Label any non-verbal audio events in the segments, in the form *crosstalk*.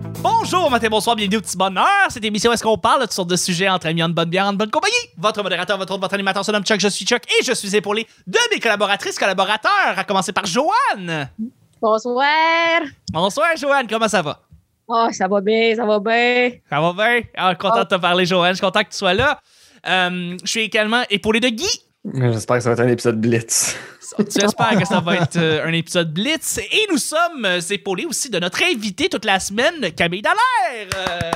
bon matin, bonsoir, bienvenue au petit bonheur. Cette émission, est-ce qu'on parle de toutes sortes de sujets entre amis, en bonne bière, en bonne compagnie? Votre modérateur, votre autre, votre animateur se nomme Chuck, je suis Chuck et je suis épaulé de mes collaboratrices, collaborateurs, à commencer par Joanne. Bonsoir. Bonsoir, Joanne, comment ça va? Oh, ça va bien, ça va bien. Ça va bien? Ah, content de te parler, Joanne, je suis content que tu sois là. Euh, je suis également épaulé de Guy. J'espère que ça va être un épisode *laughs* Blitz. J'espère que ça va être euh, un épisode Blitz. Et nous sommes euh, épaulés aussi de notre invité toute la semaine, Camille Dallaire. Euh,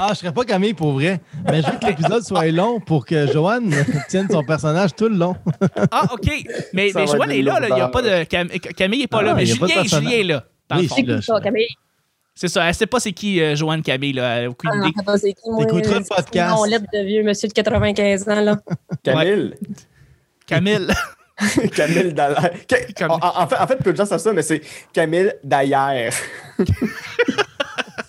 Ah, je serais pas Camille pour vrai. Mais je veux que l'épisode soit long pour que Joanne *laughs* tienne son personnage tout le long. *laughs* Ah, OK. Mais, Ça mais va Joanne être est une là. lourde là. Il y a pas de Cam- Camille n'est pas Ah, là, mais il y a pas de Julien, personnage. Julien est là. dans le Oui, fond. C'est qui Là, ça, je- Camille? C'est ça. Elle sait pas c'est qui euh, Joanne Camille. Là. Elle a aucune Ah, idée. non, c'est qui, moi? T'écouteras le C'est podcast. Mon lettre de vieux monsieur de 95 ans, là. Camille. Camille. *laughs* *laughs* Camille Dallaire. Ca- Cam- En, en fait, en fait, peu de gens savent ça, mais c'est Camille Dallaire.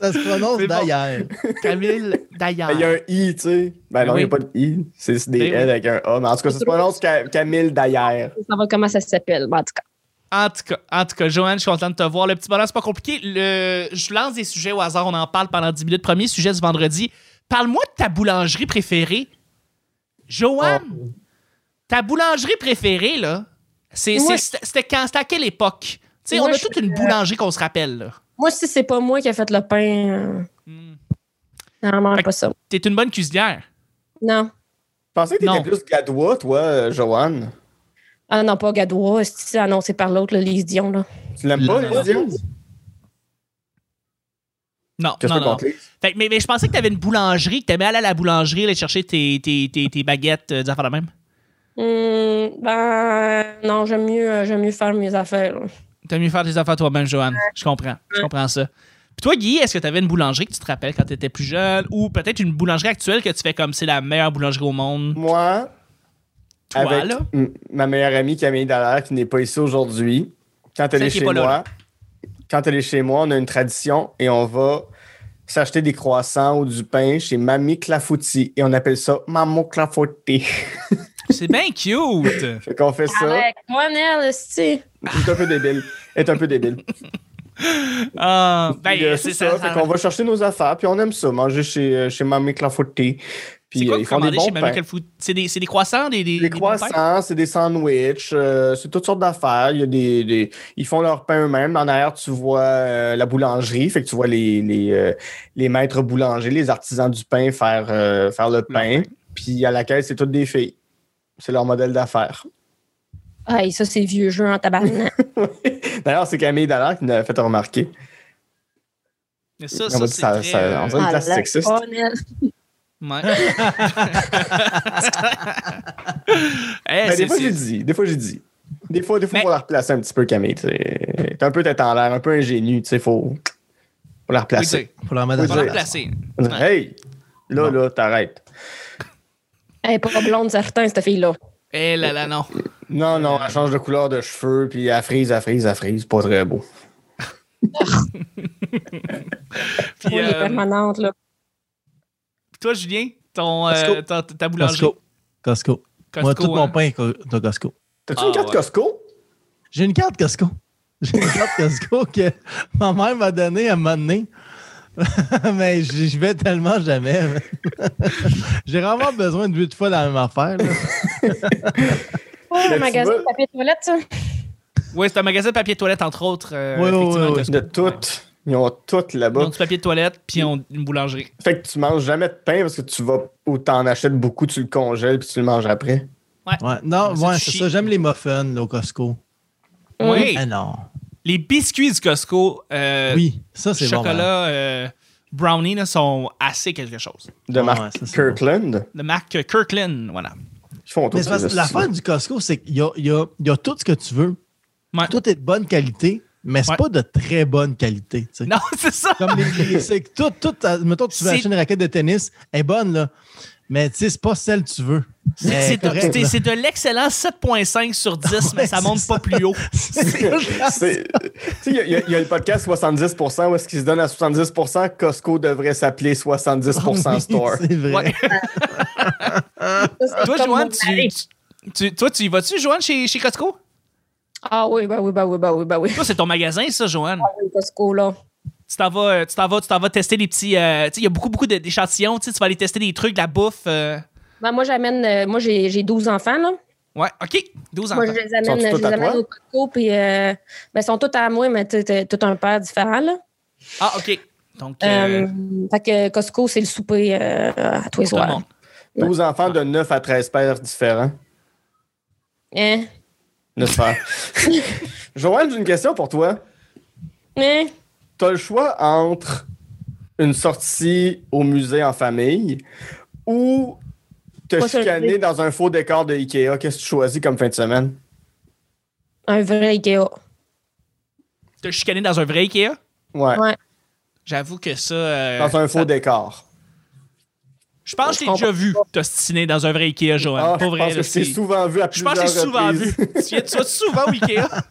Ça se prononce C'est bon. d'ailleurs. Camille d'ailleurs. Il y a un I, tu sais. Ben non, Ah. Oui. il n'y a pas de I. C'est c'est des Ben oui. L avec un A. Mais en tout cas, ça se prononce Ca- Camille Dallaire. Ça va comment ça s'appelle, ben, en tout cas. En tout cas, en tout cas, Joanne, je suis content de te voir. Le petit bonheur, c'est pas compliqué. Le... Je lance des sujets au hasard, on en parle pendant 10 minutes. Premier sujet du vendredi. Parle-moi de ta boulangerie préférée. Joanne, Oh. ta boulangerie préférée, là, c'est, c'est- Moi, c'était- c'était quand? C'était à quelle époque? Tu sais, on Moi, a je- euh, toute une boulangerie qu'on se rappelle, là. Moi, si c'est pas moi qui a fait le pain, euh, Hmm. non, mange Fait- pas ça. T'es une bonne cuisinière. Non. Je pensais que Non. t'étais plus gadois, toi, euh, Joanne. Ah non, pas Gadois, c'est annoncé par l'autre, le Lise Dion, là. Tu l'aimes pas, Non. Lise Dion? Non, Qu'est-ce non, que non. tu Fait que- mais, mais je pensais que t'avais une boulangerie, que t'aimais aller à la boulangerie, aller chercher tes, tes, tes, tes baguettes, euh, des affaires de même. Hum, ben, non, j'aime mieux, euh, j'aime mieux faire mes affaires. là. T'aimes mieux faire tes affaires toi-même, Joanne. Je comprends. Je comprends ça. Puis toi, Guy, est-ce que t'avais une boulangerie que tu te rappelles quand t'étais plus jeune ou peut-être une boulangerie actuelle que tu fais comme c'est la meilleure boulangerie au *laughs* monde? Moi, Toi, avec là? m- ma meilleure amie Camille Dallaire, qui n'est pas ici aujourd'hui, quand elle Celle est qui est chez pas là, moi, là. quand elle est chez moi, on a une tradition et on va s'acheter des croissants ou du pain chez Mamie Clafouti et on appelle ça Maman Clafouti. *laughs* C'est bien cute! Fait qu'on fait ça. Avec moi, Nel, c'est Elle est un peu débile. Elle est un peu débile. *laughs* Ah, *laughs* ben, Puis, euh, c'est c'est ça. ça. ça- Fait qu'on va chercher nos affaires puis on aime ça, manger chez, euh, chez Mamie Clafouti. C'est Puis quoi euh, que ils vous font des commandez bons chez Mamie pains. Calfoot? C'est des, c'est des croissants? Des, des, Les des bons pains? croissants, c'est des sandwichs, euh, c'est toutes sortes d'affaires. Il y a des, des- ils font leur pain eux-mêmes. En arrière, tu vois euh, la boulangerie, fait que tu vois les, les, euh, les maîtres boulangers, les artisans du pain faire, euh, faire le pain. Puis à la caisse, c'est toutes des filles. C'est leur modèle d'affaires. Ah, ça, c'est vieux jeu en tabarnak. *laughs* D'ailleurs, c'est Camille Dallaire qui nous avait fait remarquer. Mais ça, On ça, va dire c'est ça- très, ça- euh, on dirait- Classe Ah, là, sexiste. oh, Nel. Ouais. *laughs* *laughs* Ben, Hey, des Eh, c'est- fois, c'est- j'ai dit. Des fois, j'ai dit. Des fois, des fois, Mais- faut la replacer un petit peu, Camille. tu sais. T'es un peu tête en l'air, un peu ingénu. Tu sais, faut, faut la oui, tu replacer. sais, Pour leur mettre faut la Oui, c'est- remplacer. On dirait, Hey, là, là, t'arrêtes. Elle est pas blonde, certain, cette fille-là. Eh là là, non. Non, non, elle change de couleur de cheveux, puis elle frise, elle frise, elle frise. Pas très beau. Puis, Oui, elle est euh, permanente, là. toi, Julien, ton, euh, Costco. ta, ta boulangerie. Costco. Costco. Moi, tout hein. mon pain est co- de Costco. T'as-tu Ah, une carte ouais. Costco? J'ai une carte Costco. J'ai une carte Costco *laughs* que ma mère m'a donnée à un moment donné. *laughs* Mais j'y j'y vais tellement jamais. *laughs* J'ai vraiment besoin de huit fois la même affaire. là. Oh, Mais un tu magasin vois- de papier toilette, ça. Oui, c'est un magasin de papier de toilette, entre autres. euh, Ouais, ouais, effectivement, ouais, ouais. Costco. De toutes. Ils ont toutes Ils ont là-bas. du papier de toilette, puis ils ont une boulangerie. Fait que tu manges jamais de pain parce que tu vas ou t'en achètes beaucoup, tu le congèles puis tu le manges après. Ouais. Non, C'est ouais, du c'est chi- ça. J'aime les muffins là, au Costco. Oui. Ah non. Les biscuits du Costco, euh, Oui, ça c'est bon. hein. chocolat, euh, brownie, là, sont assez quelque chose. De Ouais, marque ça, c'est Kirkland. De marque Kirkland, voilà. Ils font tout. Mais c'est parce que l'affaire du Costco, c'est qu'il y a, il y a- il y a tout ce que tu veux. Ouais. Tout est de bonne qualité, mais c'est Ouais. pas de très bonne qualité. tu sais. Non, *laughs* c'est ça. Comme les, les- c'est que tout, tout, euh, mettons, tu veux C'est- acheter une raquette de tennis, elle est bonne, là. Mais tu sais, c'est pas celle que tu veux. C'est Elle est c'est de, correcte, c'est- Eh, là. Ah c'est de l'excellent 7.5 sur 10, mais ça c'est monte pas *laughs* plus haut. *laughs* C'est- Tu sais, il y a- il y, a- il y a le podcast 70% où est-ce qu'il se donne à 70%. Costco devrait s'appeler *laughs* 70% Ah Oui, Store. C'est vrai. Ouais. Ça, c'est Toi, comme Joanne, mon mari. tu, tu- tu- toi, tu y vas-tu, Joanne, chez, chez Costco? Ah oui, bah oui, bah oui, bah oui, bah oui. Toi, c'est ton magasin, ça, Joanne. Ah Costco, là. Tu t'en vas, euh, tu t'en vas, tu t'en vas tester des petits. euh, tu sais, il y a beaucoup, beaucoup de- d'échantillons. Tu sais, tu vas aller tester des trucs, de la bouffe. euh. Ben, moi, j'amène. euh, moi, j'ai j'ai 12 enfants, là. Ouais, OK. 12 ans. Moi, je les amène, Sont-ils je tous les à amène toi? au Costco, puis euh, ben, ils sont tous à moi, mais tu sais, tout un père différent, là. Ah, OK. Donc, euh, Euh, fait que Costco, c'est le souper euh, à tous les pour tout le soirs. monde. 12 enfants de 9 à 13 paires différents. Hein? 9 *laughs* paires. Joanne, j'ai une question pour toi. Hein? T'as le choix entre une sortie au musée en famille ou te Moi, c'est un chicaner musée. dans un faux décor de Ikea. Qu'est-ce que tu choisis comme fin de semaine? Un vrai Ikea. T'as chicané dans un vrai Ikea? Ouais. Ouais. J'avoue que ça. euh, Dans un faux ça- décor. Je pense que Je je t'ai déjà vu t'ostiner dans un vrai Ikea, Joanne. Ah, je Pas vrai, pense là, que c'est c'est- souvent vu à Je plusieurs pense que j'ai souvent reprises. vu. tu viens- tu vas souvent au Ikea? *laughs*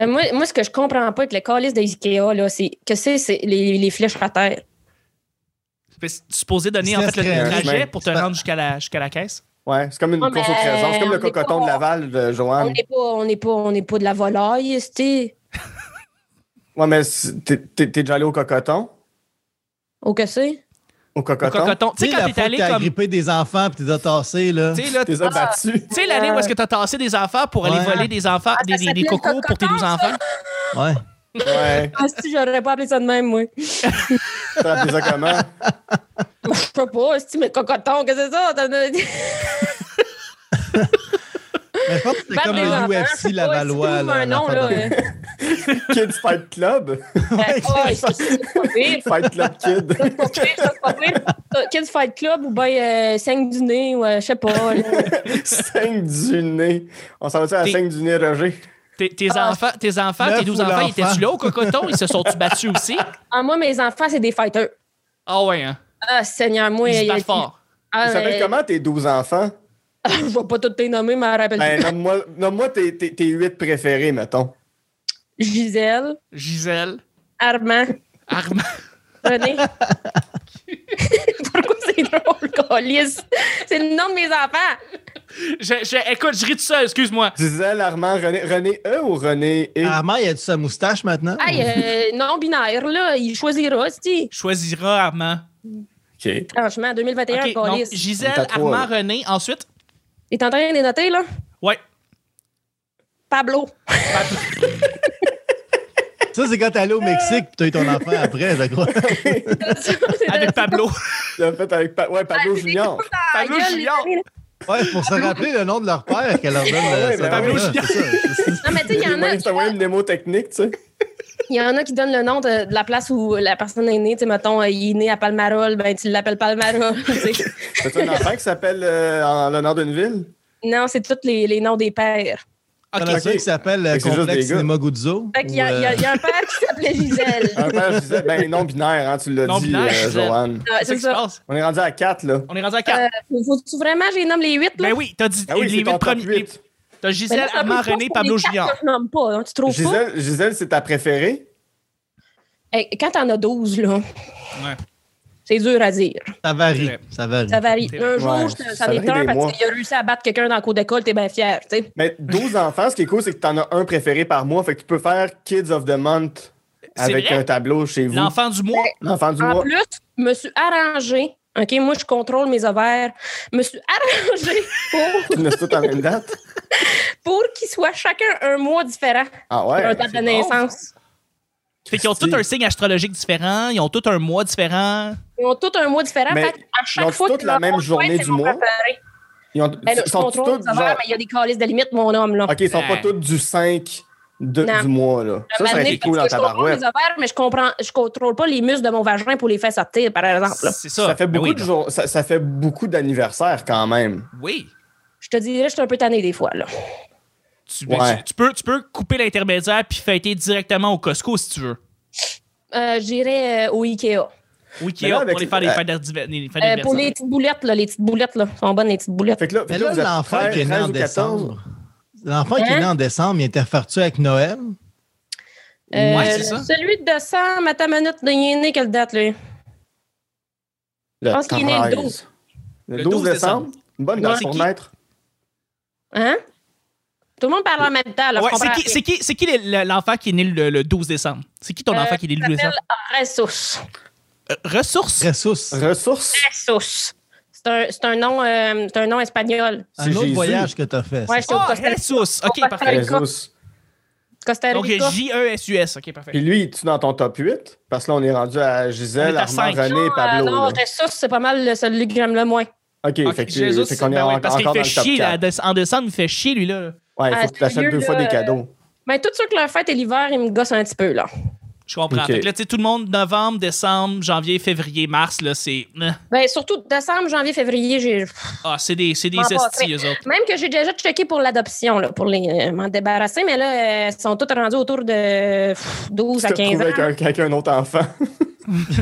Euh, moi, moi, ce que je comprends pas avec le calice de Ikea, là, c'est que c'est c'est les, les flèches à terre. Fait que Tu es supposé donner en Ça fait le serait un trajet chemin. pour te rendre jusqu'à la, jusqu'à la caisse. *laughs* Ouais, c'est comme une Ouais, course au mais trésor. C'est comme le on est pas- cocoton de Laval de On Ah Joanne. n'est pas, on n'est pas, on n'est pas de la volaille, c'était Ouais, mais c'est- t'es t'es- t'es déjà allé au cocoton? au que c'est. Au Au cocoton? cocoton. Tu sais, quand la t'es fois que allé t'as comme. agrippé des enfants puis t'es tassé, là. Tu sais, là, tu Ah. *laughs* T'es abattu. sais, l'année où est-ce que t'as tassé des enfants pour aller Ouais. voler des enfants, Ah, des, des- des s'appelait le cocos pour tes 12 enfants? Ouais. Ouais. Ah, si, j'aurais pas appelé ça de même, moi. T'as appelé ça *laughs* comment? Je sais pas, si, mais cocoton, qu'est-ce que c'est ça? T'en as- Mais je pense que c'était Battre comme les enfants, le je sais UFC pas, Lavallois. c'est là, un nom, affaire là. de- euh, Kids Fight Club? ben, ouais, c'est- c'est pas pire. Fight Club Kid. *laughs* C'est pas pire, c'est pas pire. T'as Kids Fight Club ou bien 5 du nez, ou euh, je sais pas. là. 5 du nez. On s'en va à T'es- 5 du nez, Roger? Tes, tes Ah. enfants, tes enfants, Neuf tes 12 ou enfants, ils l'enfant? étaient-tu là au cocoton? Ils se sont-tu battus aussi? Ah, moi, mes enfants, c'est des fighters. Ah ouais, hein? Ah, Seigneur, moi. Ils il se y a- battent fort. Ah, Ils s'appellent mais- comment tes 12 enfants? *laughs* Je vais pas toutes les nommer, mais elle rappelle Ben, nomme-moi nomme-moi tes, tes, 8 préférés, mettons. Gisèle, Gisèle, Armand, Armand. *laughs* René. Pourquoi c'est drôle, Colis? C'est le nom de mes enfants. Je- je- écoute, je ris de ça, excuse-moi. Gisèle, Armand, René. René E ou René hein. E? Ah, Armand, il a de sa moustache maintenant? Hey, euh, non-binaire, là, il choisira, si. Choisira Armand. OK. Franchement, 2021, Ok, donc Colis. Gisèle, T'as trois, Armand, René, ensuite. T'es en train de les noter, là? Ouais. *laughs* Pablo. Ça, c'est quand t'es allé au Mexique puis t'as eu ton enfant après, je crois. Avec *laughs* Pablo. L'as fait avec Pa- ouais, Pablo Junior. Pablo gueule, Junior. les amis, Ouais, c'est pour se rappeler le nom de leur père qu'elle leur donne. Ouais, euh, ben ce Pablo nom-là, Junior. c'est ça. Non, mais tu sais, il y en a. C'est un mnémotechnique, tu sais. Il y en a qui donnent le nom de, de la place où la personne est née. Tu sais, mettons, euh, il est né à Palmarol, ben tu l'appelles Palmarol. *laughs* tu sais. C'est un enfant qui s'appelle euh, en l'honneur d'une ville? non, c'est tous les, les noms des pères. Il y en a Ok. ceux qui s'appelle euh, Fait que c'est juste Complexe des gars. Cinéma Guzzo. Fait qu'il y a, il y a- il y a un père qui s'appelait Gisèle. Un père Gisèle, ben non binaire, hein, tu l'as Non dit, binaire, euh, Gisèle. Joanne. Ah, C'est ça c'est qui se ça. passe. On est rendu à 4, là. On est rendu à 4. Euh, Faut-tu vraiment que je les nomme les huit? Là? ben oui, t'as dit Ah oui, les c'est huit ton top premiers. les- 8. T'as Ben là, Gisèle, ça veut Armand, dire que René, les Pablo, quatre Junior. que Je nomme pas, hein, tu trouves pas? Gisèle, Gisèle, c'est ta préférée? Hey, quand t'en as 12, là, Ouais. c'est dur à dire. Ça varie. Ouais. Ça varie. Ça varie. C'est vrai. Un jour, Mm. Ouais, je- ça ça est varie un des mois. parce qu'il a réussi à battre quelqu'un dans le cours d'école, t'es bien fier, tu sais. *laughs* Mais 12 enfants, ce qui est cool, c'est que tu en as un préféré par mois. Fait que tu peux faire Kids of the Month C'est avec vrai. un tableau chez vous. L'enfant du mois. L'enfant du En mois. plus, je me suis arrangée. OK, moi, je contrôle mes ovaires. Je me suis arrangée pour, Tu tout en même date. pour qu'ils soient chacun un mois différent Ah pour ouais. leur date de naissance. Fait qu'ils ont tous un signe astrologique différent, ils ont tous un mois différent. Ils ont tous un mois différent. Mais fait à ils ont chaque fois toutes que la leur même enfant, journée c'est du mon mois? préféré. Ils ont, Ben là, je sont contrôle tous mes ovaires, genre. mais il y a des calices de limite, mon homme, là. Ok, ils sont pas Ben. tous du 5 de- Non. du mois, là. À un Ça, ça moment aurait donné, été cool dans parce que ta je contrôle barouette. mes ovaires, mais je comprends, je contrôle pas les muscles de mon vagin pour les faire sortir, par exemple. là. C'est ça. Ça fait Ben beaucoup oui, de jours- ça, ça fait beaucoup d'anniversaires quand même. Oui. Je te dirais, je suis un peu tannée des fois, là. Tu, Ouais. tu- tu peux, tu peux couper l'intermédiaire puis fêter directement au Costco si tu veux. Euh, J'irais euh, au Ikea. Oui, Mais là, pour avec- les faire des euh, fêtes d'anniversaire. Euh, pour les petites boulettes, là, les petites boulettes, là, sont bonnes, les petites boulettes. Fait que là, fait Mais que là, là, vous êtes l'enfant qui est né 13 en ou 14. décembre. L'enfant qui est né Hein? en décembre, il interfère-tu avec Noël? Euh, Ouais, c'est ça. Celui de décembre, à ta minute, il est né quelle date, lui? Le Je pense qu'il est né le 13. 12. Le Le 12 12 décembre. Une bonne Ouais. date C'est pour qui? naître. Hein? Tout le monde parle en même temps. Là, Ouais, c'est qui, c'est qui, c'est qui le- le- l'enfant qui est né le, le 12 décembre? C'est qui ton Euh, enfant qui est né le 12 décembre? Ressource. Euh, ressources? Ressus. Ressources. Ressource. C'est un, c'est un, nom, euh, c'est un nom espagnol. Un C'est autre Jésus. voyage que t'as fait. Ouais, ça. j'étais au Ah, Costa Rica. ressources. OK, Costa parfait. Rica. Ressources. Costa Donc, Rica. J-E-S-U-S. OK, Puis parfait. lui, es-tu dans ton top 8? Parce que là, on est rendu à Gisèle, On est à Armand, cinq. René et Non, Pablo. euh, non, là. ressource, c'est pas mal le- celui que j'aime le moins. OK, Ok, fait que- Jésus, fait qu'on est ben en- oui, parce qu'il encore dans fait le top chier. là, 4. en décembre, il fait chier, lui, là. Ouais, il Ah, faut que tu achètes sérieux, deux fois là, des cadeaux. Mais tout sûr Ben, que leur fête et l'hiver, ils me gossent un petit peu, là. Je comprends. Ok. Fait que là, tu sais, tout le monde, novembre, décembre, janvier, février, mars, là, c'est... euh, Ben, surtout décembre, janvier, février, j'ai. Ah, c'est des, c'est des M'en estis, passerai. eux autres. Même que j'ai déjà checké pour l'adoption, là, pour les euh, m'en débarrasser, mais là, euh, ils sont tous rendus autour de pff, 12 Tu à te 15 ans. retrouves avec *laughs* un, avec un autre enfant.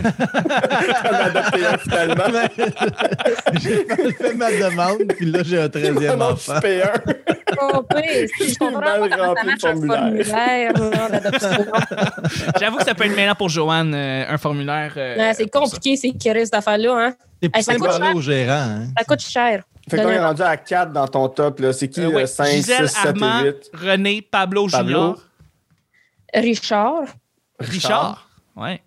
T'en adoptes un, finalement. Mais- j'ai fait ma demande, puis là, j'ai un 13e Non, je suis enfant. payé un. *laughs* trompé. Je comprends Mal pas comment ça rempli le marche un formulaire. formulaire là, *laughs* d'adoption. J'avoue que ça peut être mêlant pour Joanne, euh, un formulaire... euh, Ouais, C'est comme ça. compliqué, ces crises d'affaires-là. Hein? C'est plus Hey, ça simple coûte d'aller cher. au gérant. hein. Ça coûte cher. Fait qu'on Donner- est rendu à 4 dans ton top. là. C'est qui Euh, ouais. 5, 6, Gisèle, 7 Armand, et 8? René, Pablo, Pablo. Junior, Richard. Richard. Ouais,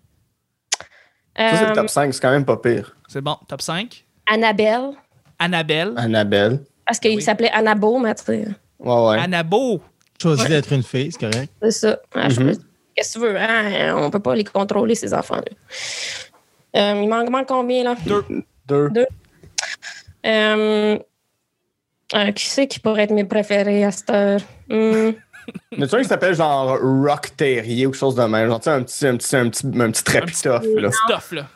Ça, c'est le euh, top 5. C'est quand même pas pire. c'est bon. Top 5. Annabelle. Annabelle. Annabelle. Parce qu'il Oui. s'appelait Annabo, mais tu sais, Ouais, ouais. Annabo. Choisis d'être une fille, c'est correct. c'est ça. Ah, je- Mhm. Qu'est-ce que tu veux? Hein? On peut pas les contrôler, ces enfants-là. Euh, il m'en manque combien, là? Deux. Deux. Euh, euh, qui c'est qui pourrait être mes préférés à cette heure? Hum, Mais tu vois, il s'appelle genre Rock Terrier ou quelque chose de même. Genre, tu sais, un petit, un petit, un petit, un petit très tough, là. Stuff, là.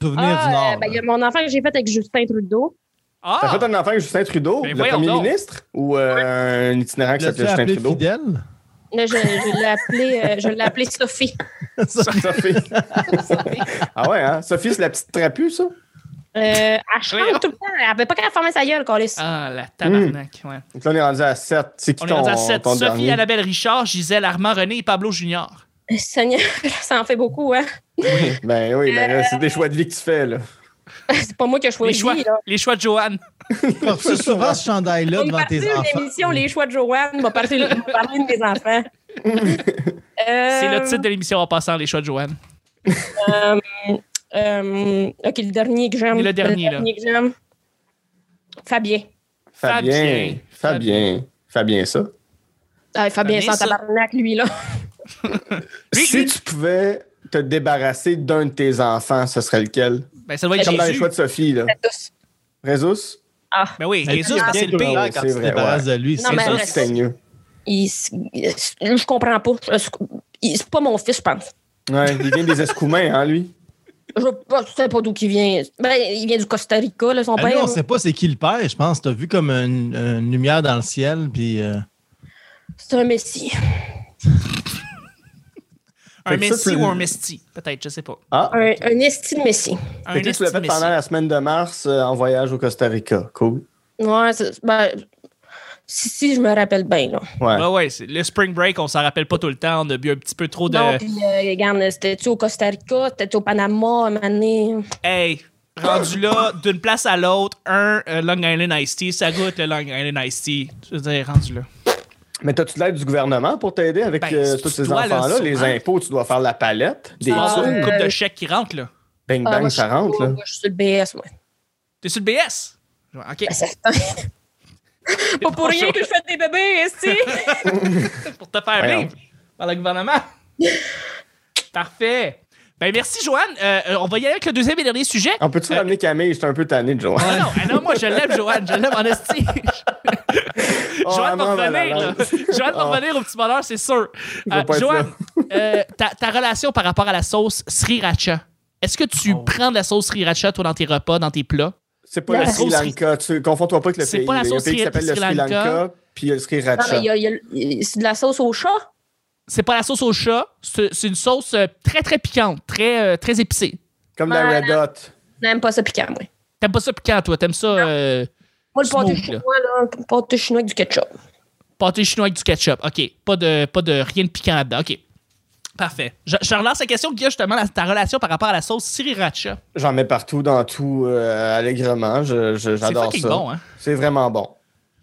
Souvenir ah, du Nord. hein. euh, ben, il y là. a mon enfant que j'ai fait avec Justin Trudeau. T'as Ah! fait un enfant avec Justin Trudeau, Ben le voyons premier donc. ministre, ou euh, un itinérant qui L'as-tu s'appelait Justin appelé Trudeau? fidèle? Là, je, je l'ai appelé, euh, je l'ai appelé Sophie. Sophie. *laughs* ah ouais, hein? Sophie, c'est la petite trapue, ça? Euh, elle chante Voyons. tout le temps. Elle avait pas qu'à fermer sa gueule, Colis. Ah, la tabarnak, ouais. Donc là, on est rendu à 7. C'est qui On est ton, rendu à 7. ton Sophie, dernier? Annabelle Richard, Gisèle Armand, René et Pablo Junior. Euh, Seigneur, *laughs* ça en fait beaucoup, hein? *laughs* Ben oui, ben là, c'est Euh, des choix de vie que tu fais, là. C'est pas moi qui ai Les choisi, choix, là. les choix de Joanne. Tu reçu souvent ce chandail-là On devant parti tes d'une enfants. émission Les choix de Joanne, m'a parlé, m'a parlé de mes enfants. *laughs* C'est le titre de l'émission en passant, les choix de Joanne. Euh, euh, OK, le dernier que j'aime. Le dernier, là. que j'aime. Fabien. Fabien. Fabien. Fabien, ça. Ah, Fabien, Fabien, sans ça. tabarnak, lui, là. Lui, Si lui- tu pouvais te débarrasser d'un de tes enfants, ce serait lequel? Ben, ça doit être Comme dans les Jésus. choix de Sophie, là. Tous. Résus? Ah, Ben oui, Mais Jésus, tu parce que c'est le reviens pire. toujours quand C'est tu te vrai, débarrasses de lui. Non, c'est mais ça. Ça, Résus. c'était mieux. il s- il s- je comprends pas. Je- il- C'est pas mon fils, je pense. Ouais, il vient des Escoumins, hein, lui? Je je sais pas d'où il vient. Ben, il vient du Costa Rica, là, son Ah, lui, père. on sait pas c'est qui le père, je pense. T'as vu comme une, une lumière dans le ciel, puis euh, C'est un messie. Un Fait que ça, Messi tu- ou un Mesti, peut-être, je sais pas. Ah! Un, un esti de messie. Un Fait que là, tu esti l'as fait Messi. pendant la semaine de mars euh, en voyage au Costa Rica. Cool. Ouais, c'est- ben, si, si, je me rappelle bien, là. Ouais. Ben ouais, c'est- le spring break, on s'en rappelle pas tout le temps. On a bu un petit peu trop de. Non, puis, euh, regarde, c'était-tu au Costa Rica, c'était-tu au Panama, à un moment donné? Hey, rendu là, d'une place à l'autre, un euh, Long Island Iced Tea, ça goûte le Long Island Iced Tea. Je veux dire, rendu là. Mais t'as-tu de l'aide du gouvernement pour t'aider avec Ben, euh, tu tous ces dois, là, enfants-là? Les sûrement. impôts, tu dois faire la palette. Des Ah, sous. une coupe de chèques qui rentre, là. Bang, Ah, bang, moi, je ça suis- rentre, là. moi, je suis sur le BS, moi. T'es sur le BS? Ok, Ben, *laughs* certain. Pas pour rien que je fais des bébés, *laughs* est pour te faire Voyons. vivre par le *laughs* gouvernement. Parfait. Ben merci, Joanne. Euh, euh, on va y aller avec le deuxième et dernier sujet. On peut-tu Euh, ramener Camille? J'étais un peu tanné de Joanne. *laughs* Ah non, ah non, moi je l'aime, Joanne. Je l'aime en esti. Joanne va vraiment, revenir, là. *laughs* madame. Joanne va Oh. revenir au petit bonheur, c'est sûr. va Euh, pas être Joanne, euh, ta, ta relation par rapport à la sauce sriracha, est-ce que tu Oh. prends de la sauce sriracha, toi, dans tes repas, dans tes plats? C'est pas le La Sri sauce- Lanka. Tu confonds-toi pas avec le C'est pays. pas la là. Il y a un sauce pays qui Sri- s'appelle le Sri Sri Lanka, Lanka. puis il y a le Sri Non, mais Racha. il y a- il y a- il- c'est de la sauce au chat. C'est pas la sauce au chat, c'est c'est une sauce euh, très, très piquante, très, euh, très épicée. Comme la Voilà. Red Hot. Je n'aime pas ça piquant, moi. T'aimes pas ça piquant, toi? T'aimes ça euh, Moi, le pâté Smoke, là. chinois, là, le pâté chinois avec *laughs* du ketchup. pâté chinois avec du ketchup? OK. Pas de, pas de rien de piquant là-dedans. OK. Parfait. Je, je relance la question, Guillaume, justement, la- ta relation par rapport à la sauce sriracha. J'en mets partout, dans tout, euh, allègrement. Je- C'est je- J'adore fucking ça. bon, hein? C'est vraiment bon.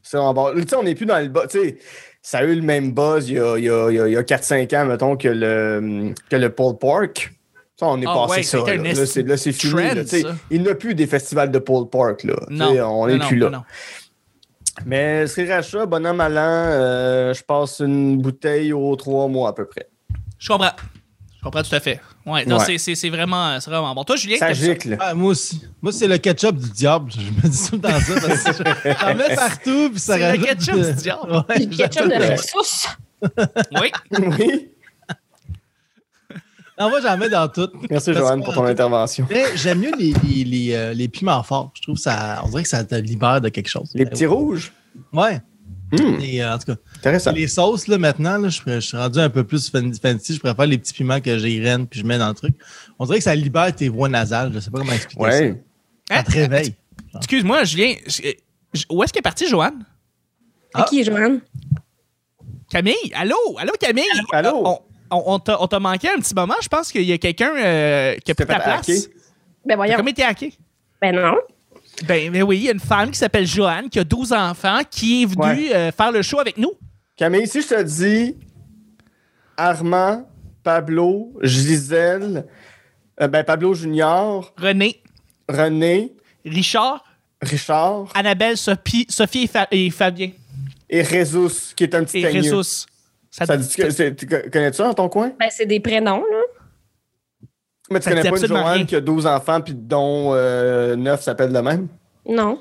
C'est vraiment bon. Tu sais, on n'est plus dans le bas. Tu sais, ça a eu le même buzz il y a, il y a- il y a- il y a 4-5 ans, mettons, que le, que le pulled pork. Ça, on est Ah passé ouais, ça. c'était Là, un Là, c'est là, c'est fini. là, trend, tu sais. ça. il n'y a plus des festivals de pulled pork. Là. Tu sais, Non. on n'est non, plus non, là. non, non. Mais Sriracha, bon an, mal an, euh, je passe une bouteille aux trois mois à peu près. Je comprends. Je comprends tout à fait. Ouais, non, Ouais. c'est- c'est c'est vraiment, c'est vraiment bon. Toi, Julien, Ça t'as- gicle. *laughs* Ah, moi aussi. Moi, c'est le ketchup du diable. *laughs* Je me dis tout le temps ça parce que je- j'en mets partout puis ça C'est le rajoute ketchup de- du diable. Ouais, Puis ketchup de j'en- la sauce. oui. oui. Non, moi, j'en mets dans tout. Merci, Parce Joanne, que- pour ton intervention. Mais j'aime mieux les, les, les, euh, les piments forts. Je trouve ça, on dirait que ça te libère de quelque chose. Les petits rouges. Ouais. Hum, Les, euh, en tout cas, intéressant. les sauces, là, maintenant, là, je, je suis rendu un peu plus fan- fancy. Je préfère les petits piments que j'érène puis je mets dans le truc. On dirait que ça libère tes voies nasales. Je sais pas comment expliquer Ouais. ça. Hein? Ça te réveille. Excuse-moi, Julien. je- je- Où est-ce qu'est partie Joanne? Ah. À qui, Joanne? Camille? Allô? Allô, Camille? Allô? On, on, on t'a on t'a manqué un petit moment. Je pense qu'il y a quelqu'un euh, qui a pris T'es ta pas place. hacké? Ben voyons. T'as comme été hacké? Ben non. Ben, ben oui, il y a une femme qui s'appelle Joanne, qui a 12 enfants, qui est venue Ouais. euh, faire le show avec nous. Camille, si je te dis Armand, Pablo, Gisèle, euh, ben Pablo Junior, René, René, Richard, Richard Annabelle, Sophie, Sophie et, Fa- et Fabien. et Résus, qui est un petit Et agneau. Ressus. Ça, Ça dit que c'est- tu co- connais-tu ça dans ton coin? Ben, c'est des prénoms, là. Mais tu Ça dit connais pas une absolument Joanne rien. qui a 12 enfants puis dont 9 s'appellent le même? Non.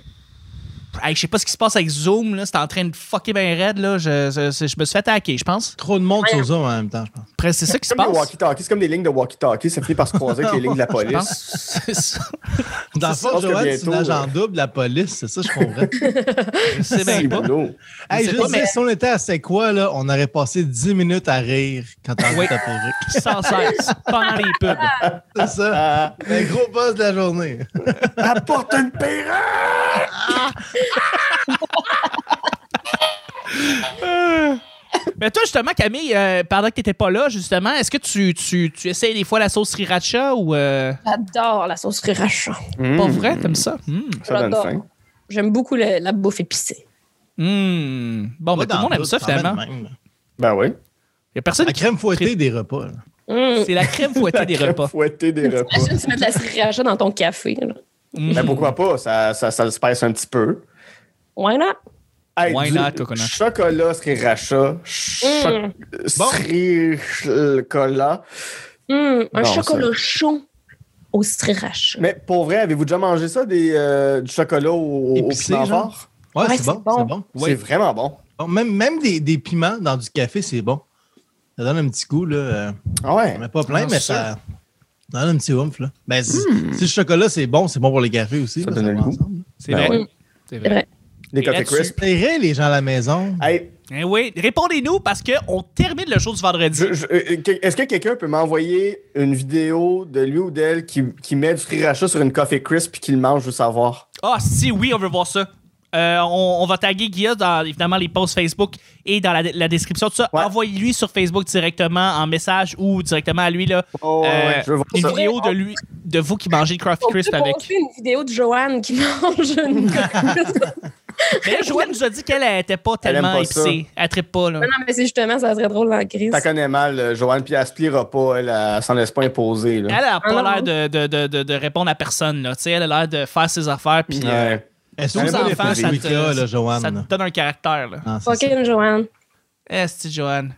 Hey, je sais pas ce qui se passe avec Zoom, là. C'est en train de fucker bien raide, là. Je, je- je- je me suis fait hacker, je pense. Trop de monde sur Zoom en même temps, je pense. Après, c'est ça qui se C'est comme des passe. walkie-talkies, c'est comme des lignes de walkie-talkie, ça finit par se croiser *laughs* avec les lignes de la Je pense. *laughs* police. c'est ça. Dans le ça, fond, parce que Joanne, c'est bientôt, une agent euh, double de la police. C'est ça, *laughs* je comprends. Je sais C'est bien pas. boulot. Hey, Je je sais pas, sais, mais- si on était à C'est quoi, là, on aurait passé 10 minutes à rire quand on Oui. était à rire. Sans cesse. Pendant les pubs. C'est ça. Ah, Un gros boss de la journée. apporte une pirate! Mais toi, justement, Camille, euh, pendant que t'étais pas là, justement, est-ce que tu, tu, tu essayes des fois la sauce sriracha ou. euh, J'adore la sauce sriracha. Pas Mmh, vrai, comme ça? Hmm. Ça donne J'adore. faim. J'aime beaucoup le- la bouffe épicée. Hmm. Bon, ben, tout Pas le dans monde aime ça, quand même finalement. même, là. Ben oui. Il y a personne La qui. crème fouettée des repas. là. Hum. C'est la crème fouettée des repas. Fouetter des repas. *laughs* Imagine tu mets de la sriracha dans ton café. Là. Hmm. Ben pourquoi pas, ça, ça, ça le space un petit peu. Why not? Hey, Why du not, coconut? Chocolat, sriracha, Hum. sriracha. Hum. Un Non, chocolat chaud au sriracha. Mais pour vrai, avez-vous déjà mangé ça, des, euh, du chocolat au, au Épicé, piment genre? fort? Ouais, Ouais, c'est c'est bon. bon. C'est bon. Ouais. C'est vraiment bon. Bon, Même, même des, des piments dans du café, c'est bon. Ça donne un petit goût. Là. euh, Ah ouais. On met pas plein, Non, mais c'est ça ça donne un petit oomph. Là. Ben, si, si le chocolat, c'est bon, c'est bon pour les cafés aussi. Hmm. Ça là, donne le va goût. ensemble. C'est Ben vrai. ouais. C'est C'est vrai. vrai. Des Et Café là-dessus- Crisp. C'est vrai, les gens à la maison. Hey, Eh oui, répondez-nous parce qu'on termine le show du vendredi. je- je- euh, que- est-ce que quelqu'un peut m'envoyer une vidéo de lui ou d'elle qui, qui met du sriracha sur une Café Crisp et qui le mange, je veux savoir? Ah, si, oui, on veut voir ça. Euh, on, on va taguer Guilla dans évidemment les posts Facebook et dans la, la description de ça. Ouais. Envoyez-lui sur Facebook directement en message ou directement à lui là, Oh, ouais, euh, ouais, je veux voir les ça. vidéos de lui, de vous qui mangez le Crafty On peut Crisp avec. poster une vidéo de Joanne qui *laughs* mange *laughs* une coquille. Mais là, Joanne nous a dit qu'elle n'était pas Elle aime tellement pas ça. épicée. Elle trippe pas là. Non, mais c'est justement, ça serait drôle en crise. T'as connais mal, euh, Joanne, puis elle se pliera pas, elle, elle s'en laisse pas imposer. Elle Là. a Ah, pas non. l'air de, de- de- de- de répondre à personne. Là. Tu sais, Elle a l'air de faire ses affaires. Puis, euh, Ouais. Est-ce aux Tous les enfants, enfants, ça ça te, là, Joanne? ça te là? donne un caractère. Là. Ah, c'est Fucking Joanne. Esti, Joanne.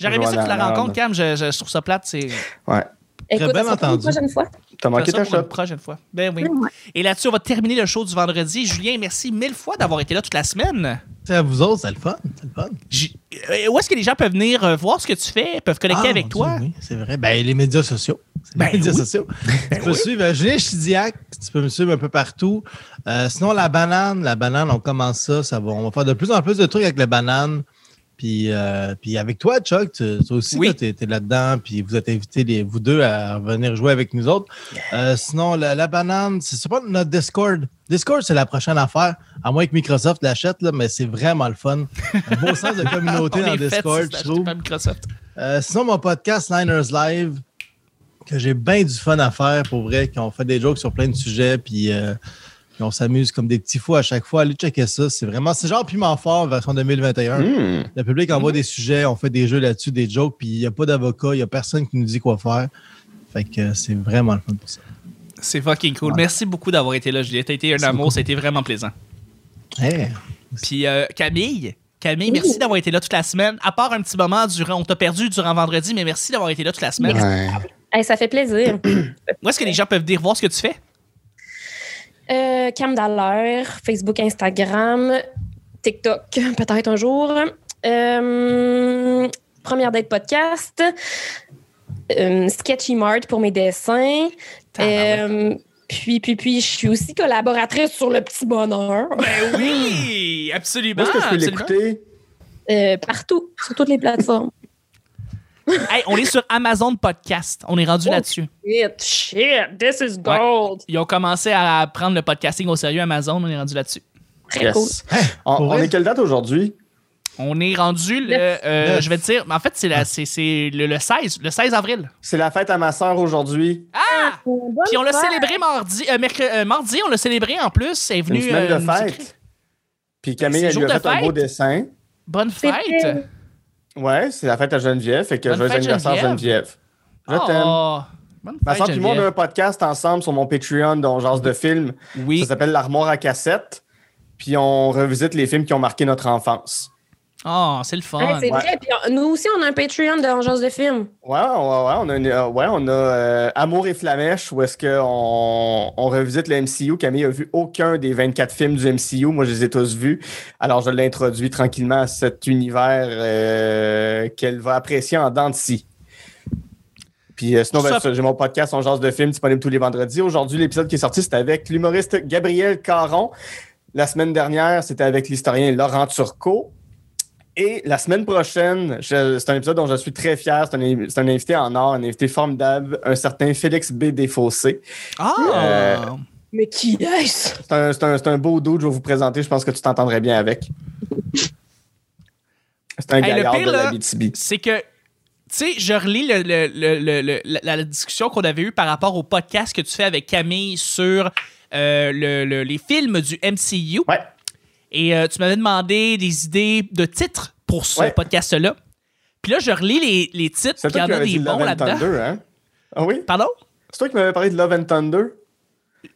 J'aurais aimé ça Joanne que tu la Allard. rencontres, Cam. Je, je- je trouve ça plate. C'est ouais. Écoute, bien ça sera pour entendu. une prochaine fois. T'as manqué ça ta pour une shot. prochaine fois. Ben oui. Ouais. Et là-dessus, on va terminer le show du vendredi. Julien, merci mille fois d'avoir été là toute la semaine. C'est à vous autres, c'est le fun. C'est le fun. J- euh, Où est-ce que les gens peuvent venir euh, voir ce que tu fais, peuvent connecter Ah, avec mon toi? Dieu, oui, c'est vrai. Ben, les médias sociaux. C'est Les Ben médias oui. sociaux. tu peux suivre euh, Julien Chidiac, tu peux me suivre un peu partout. Euh, sinon, la banane, la banane, on commence ça. ça va, on va faire de plus en plus de trucs avec la banane. Puis, euh, puis avec toi, Chuck, tu, toi aussi, Oui. tu es, là-dedans. Puis vous êtes invités, les, vous deux, à venir jouer avec nous autres. Euh, sinon, la, la banane, c'est c'est pas notre Discord. Discord, c'est la prochaine affaire. À moins que Microsoft l'achète, là, mais c'est vraiment le fun. Un beau *laughs* sens de communauté On dans est fait, Discord, si je c'est trouve. acheté par Microsoft. Euh, sinon, mon podcast Niners Live, que j'ai bien du fun à faire pour vrai, qu'on fait des jokes sur plein de sujets, puis euh, Puis on s'amuse comme des petits fous à chaque fois. Allez checker ça. C'est vraiment, c'est genre Piment Fort version 2021. Hmm. Le public envoie des sujets, on fait des jeux là-dessus, des jokes, puis il n'y a pas d'avocat, il n'y a personne qui nous dit quoi faire. Fait que euh, c'est vraiment le fun pour ça. C'est fucking cool. Merci beaucoup d'avoir été là, Juliette. T'as été un amour, ça a été vraiment plaisant. Hey. Puis euh, Camille, Camille, merci d'avoir été là toute la semaine. À part un petit moment durant, on t'a perdu durant vendredi, mais merci d'avoir été là toute la semaine. Ouais. Hey, ça fait plaisir. Où est-ce que les gens peuvent dire voir ce que tu fais? Euh, Cam Dallaire, Facebook, Instagram, TikTok, *laughs* peut-être un jour. Euh, première date podcast. Euh, Sketchy Mart pour mes dessins. Tabarouette. Euh, puis, puis, puis, je suis aussi collaboratrice sur Le Petit Bonheur. Ben oui, absolument. Où est-ce que je peux absolument. l'écouter? Euh, partout, sur toutes les plateformes. Hey, on est sur Amazon Podcast. On est rendu Oh. là-dessus. Shit, shit, this is gold. Ils ont commencé à prendre le podcasting au sérieux Amazon. On est rendu là-dessus. Très Yes. cool. On, on Pour vrai? est quelle date aujourd'hui? On est rendu le. Neuf. euh, Neuf. je vais te dire, mais en fait, c'est la- c'est- c'est le, le 16, le 16 avril. C'est la fête à ma sœur aujourd'hui. Ah! Bonne Puis on l'a fête. célébré mardi, euh, mercredi, euh, mardi, on l'a célébré en plus. Elle est C'est Une venue. semaine euh, de nous écrire. fête. Puis Camille, C'est elle jour lui a de fait un beau fête? dessin. Bonne C'est fête! vrai. Ouais, c'est la fête à Geneviève. Fait que Bonne joyeux fête, anniversaire, Geneviève. Je t'aime. Oh, bonne Ma fête, soeur et moi, on a un podcast ensemble sur mon Patreon, dont genre de films. Geneviève. Oui. Ça s'appelle L'Armoire à cassette. Puis on revisite les films qui ont marqué notre enfance. Oh, c'est le Ouais, fun. c'est Ouais. vrai. Puis on- nous aussi, on a un Patreon de Vengeance de film. Ouais, ouais, ouais, on a, une- euh, ouais, on a euh, Amour et Flamèche, où est-ce qu'on on revisite le MCU. Camille a vu aucun des 24 films du MCU. Moi, je les ai tous vus. Alors, je l'ai introduit tranquillement à cet univers euh, qu'elle va apprécier en dents de scie. Puis euh, sinon, ben, Ça- ça, j'ai mon podcast On jase de films disponible tous les vendredis. Aujourd'hui, l'épisode qui est sorti, c'était avec l'humoriste Gabriel Caron. La semaine dernière, c'était avec l'historien Laurent Turcot. Et la semaine prochaine, je- c'est un épisode dont je suis très fier. C'est un, c'est un invité en or, un invité formidable, un certain Félix B. Desfossés. Ah! Euh, Mais qui est-ce? C'est un, c'est un- c'est un beau dude, je vais vous présenter. Je pense que tu t'entendrais bien avec. C'est un Hey, le gaillard pire, de là, la BTB. c'est que, tu sais, je relis le- le- le- le- le- la, la discussion qu'on avait eue par rapport au podcast que tu fais avec Camille sur euh, le- le- les films du MCU. Ouais. Et euh, tu m'avais demandé des idées de titres pour ce Ouais. podcast-là. Puis là, je relis les, les titres, puis C'est il y toi en qui a m'avais des dit bons Love and là-dedans. Thunder, hein? Ah oui? Pardon? C'est toi qui m'avais parlé de Love and Thunder?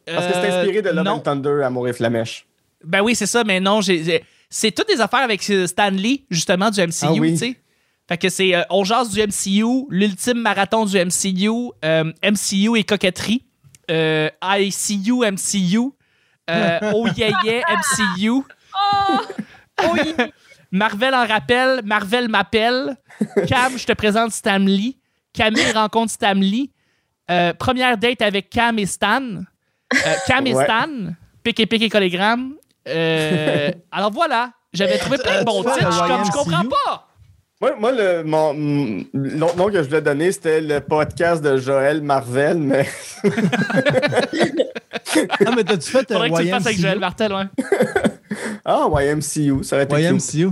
Parce que c'est Euh, inspiré de Love non. and Thunder, Amour et Flamèche. Ben oui, c'est ça, mais non, j'ai- j'ai- c'est toutes des affaires avec euh, Stan Lee, justement, du MCU, Ah oui. tu sais. Fait que c'est euh, On jase du MCU, l'ultime marathon du MCU, euh, MCU et coquetterie, euh, ICU MCU, *laughs* euh, Oh yeah yeah MCU, Oh! Oh, il- Marvel en rappel, Marvel m'appelle, Cam, je te présente Stan Lee, Camille rencontre Stan Lee, euh, première date avec Cam et Stan, euh, Cam et Ouais. Stan, pique et pique et collégramme. Euh, alors voilà, j'avais trouvé plein de bons tu fais titres, je suis le comme je comprends YMCU? pas. Moi, moi, le, mon, mm, l'autre nom que je voulais donner, c'était le podcast de Joël Marvel, mais *laughs* Ah, mais t'as-tu fait Faudrait que tu le YMCU? fasses avec Joël Martel, ouais. Ah, YMCU, ça aurait été cute. YMCU.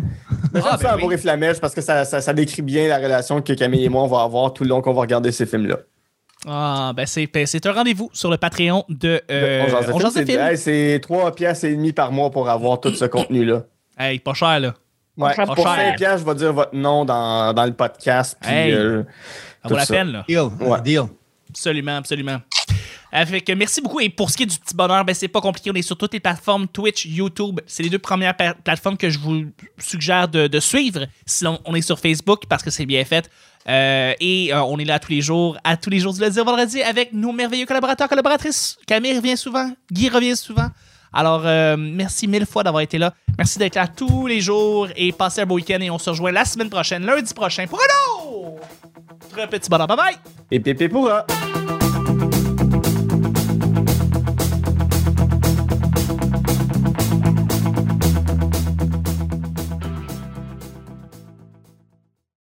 Mais j'aime Ah, *laughs* ça, ben Amour oui. et Flamèche, parce que ça, ça, ça décrit bien la relation que Camille et moi, on va avoir tout le long qu'on va regarder ces films-là. Ah, ben c'est ben, c'est un rendez-vous sur le Patreon de euh, jase de On jase de films, c'est- film. hey, C'est trois pièces et demie par mois pour avoir tout ce contenu-là. Hey, pas cher, là. Ouais, cher, pour pas cher. 5 pièces, je vais dire votre nom dans, dans le podcast. Puis, Hey. euh, Ça Tout vaut la ça. peine, là. Deal. Ouais. Deal. Absolument, absolument. Euh, fait que merci beaucoup. Et pour ce qui est du petit bonheur, ben, c'est pas compliqué. On est sur toutes les plateformes Twitch, YouTube. C'est les deux premières pa- plateformes que je vous suggère de, de suivre. Sinon, on est sur Facebook parce que c'est bien fait. Euh, et euh, on est là tous les jours, à tous les jours du lundi au vendredi avec nos merveilleux collaborateurs, collaboratrices. Camille revient souvent, Guy revient souvent. Alors, euh, merci mille fois d'avoir été là. Merci d'être là tous les jours et passez un beau week-end. Et on se rejoint la semaine prochaine, lundi prochain, pour un autre petit bonheur. Bye bye! et pépé pourra.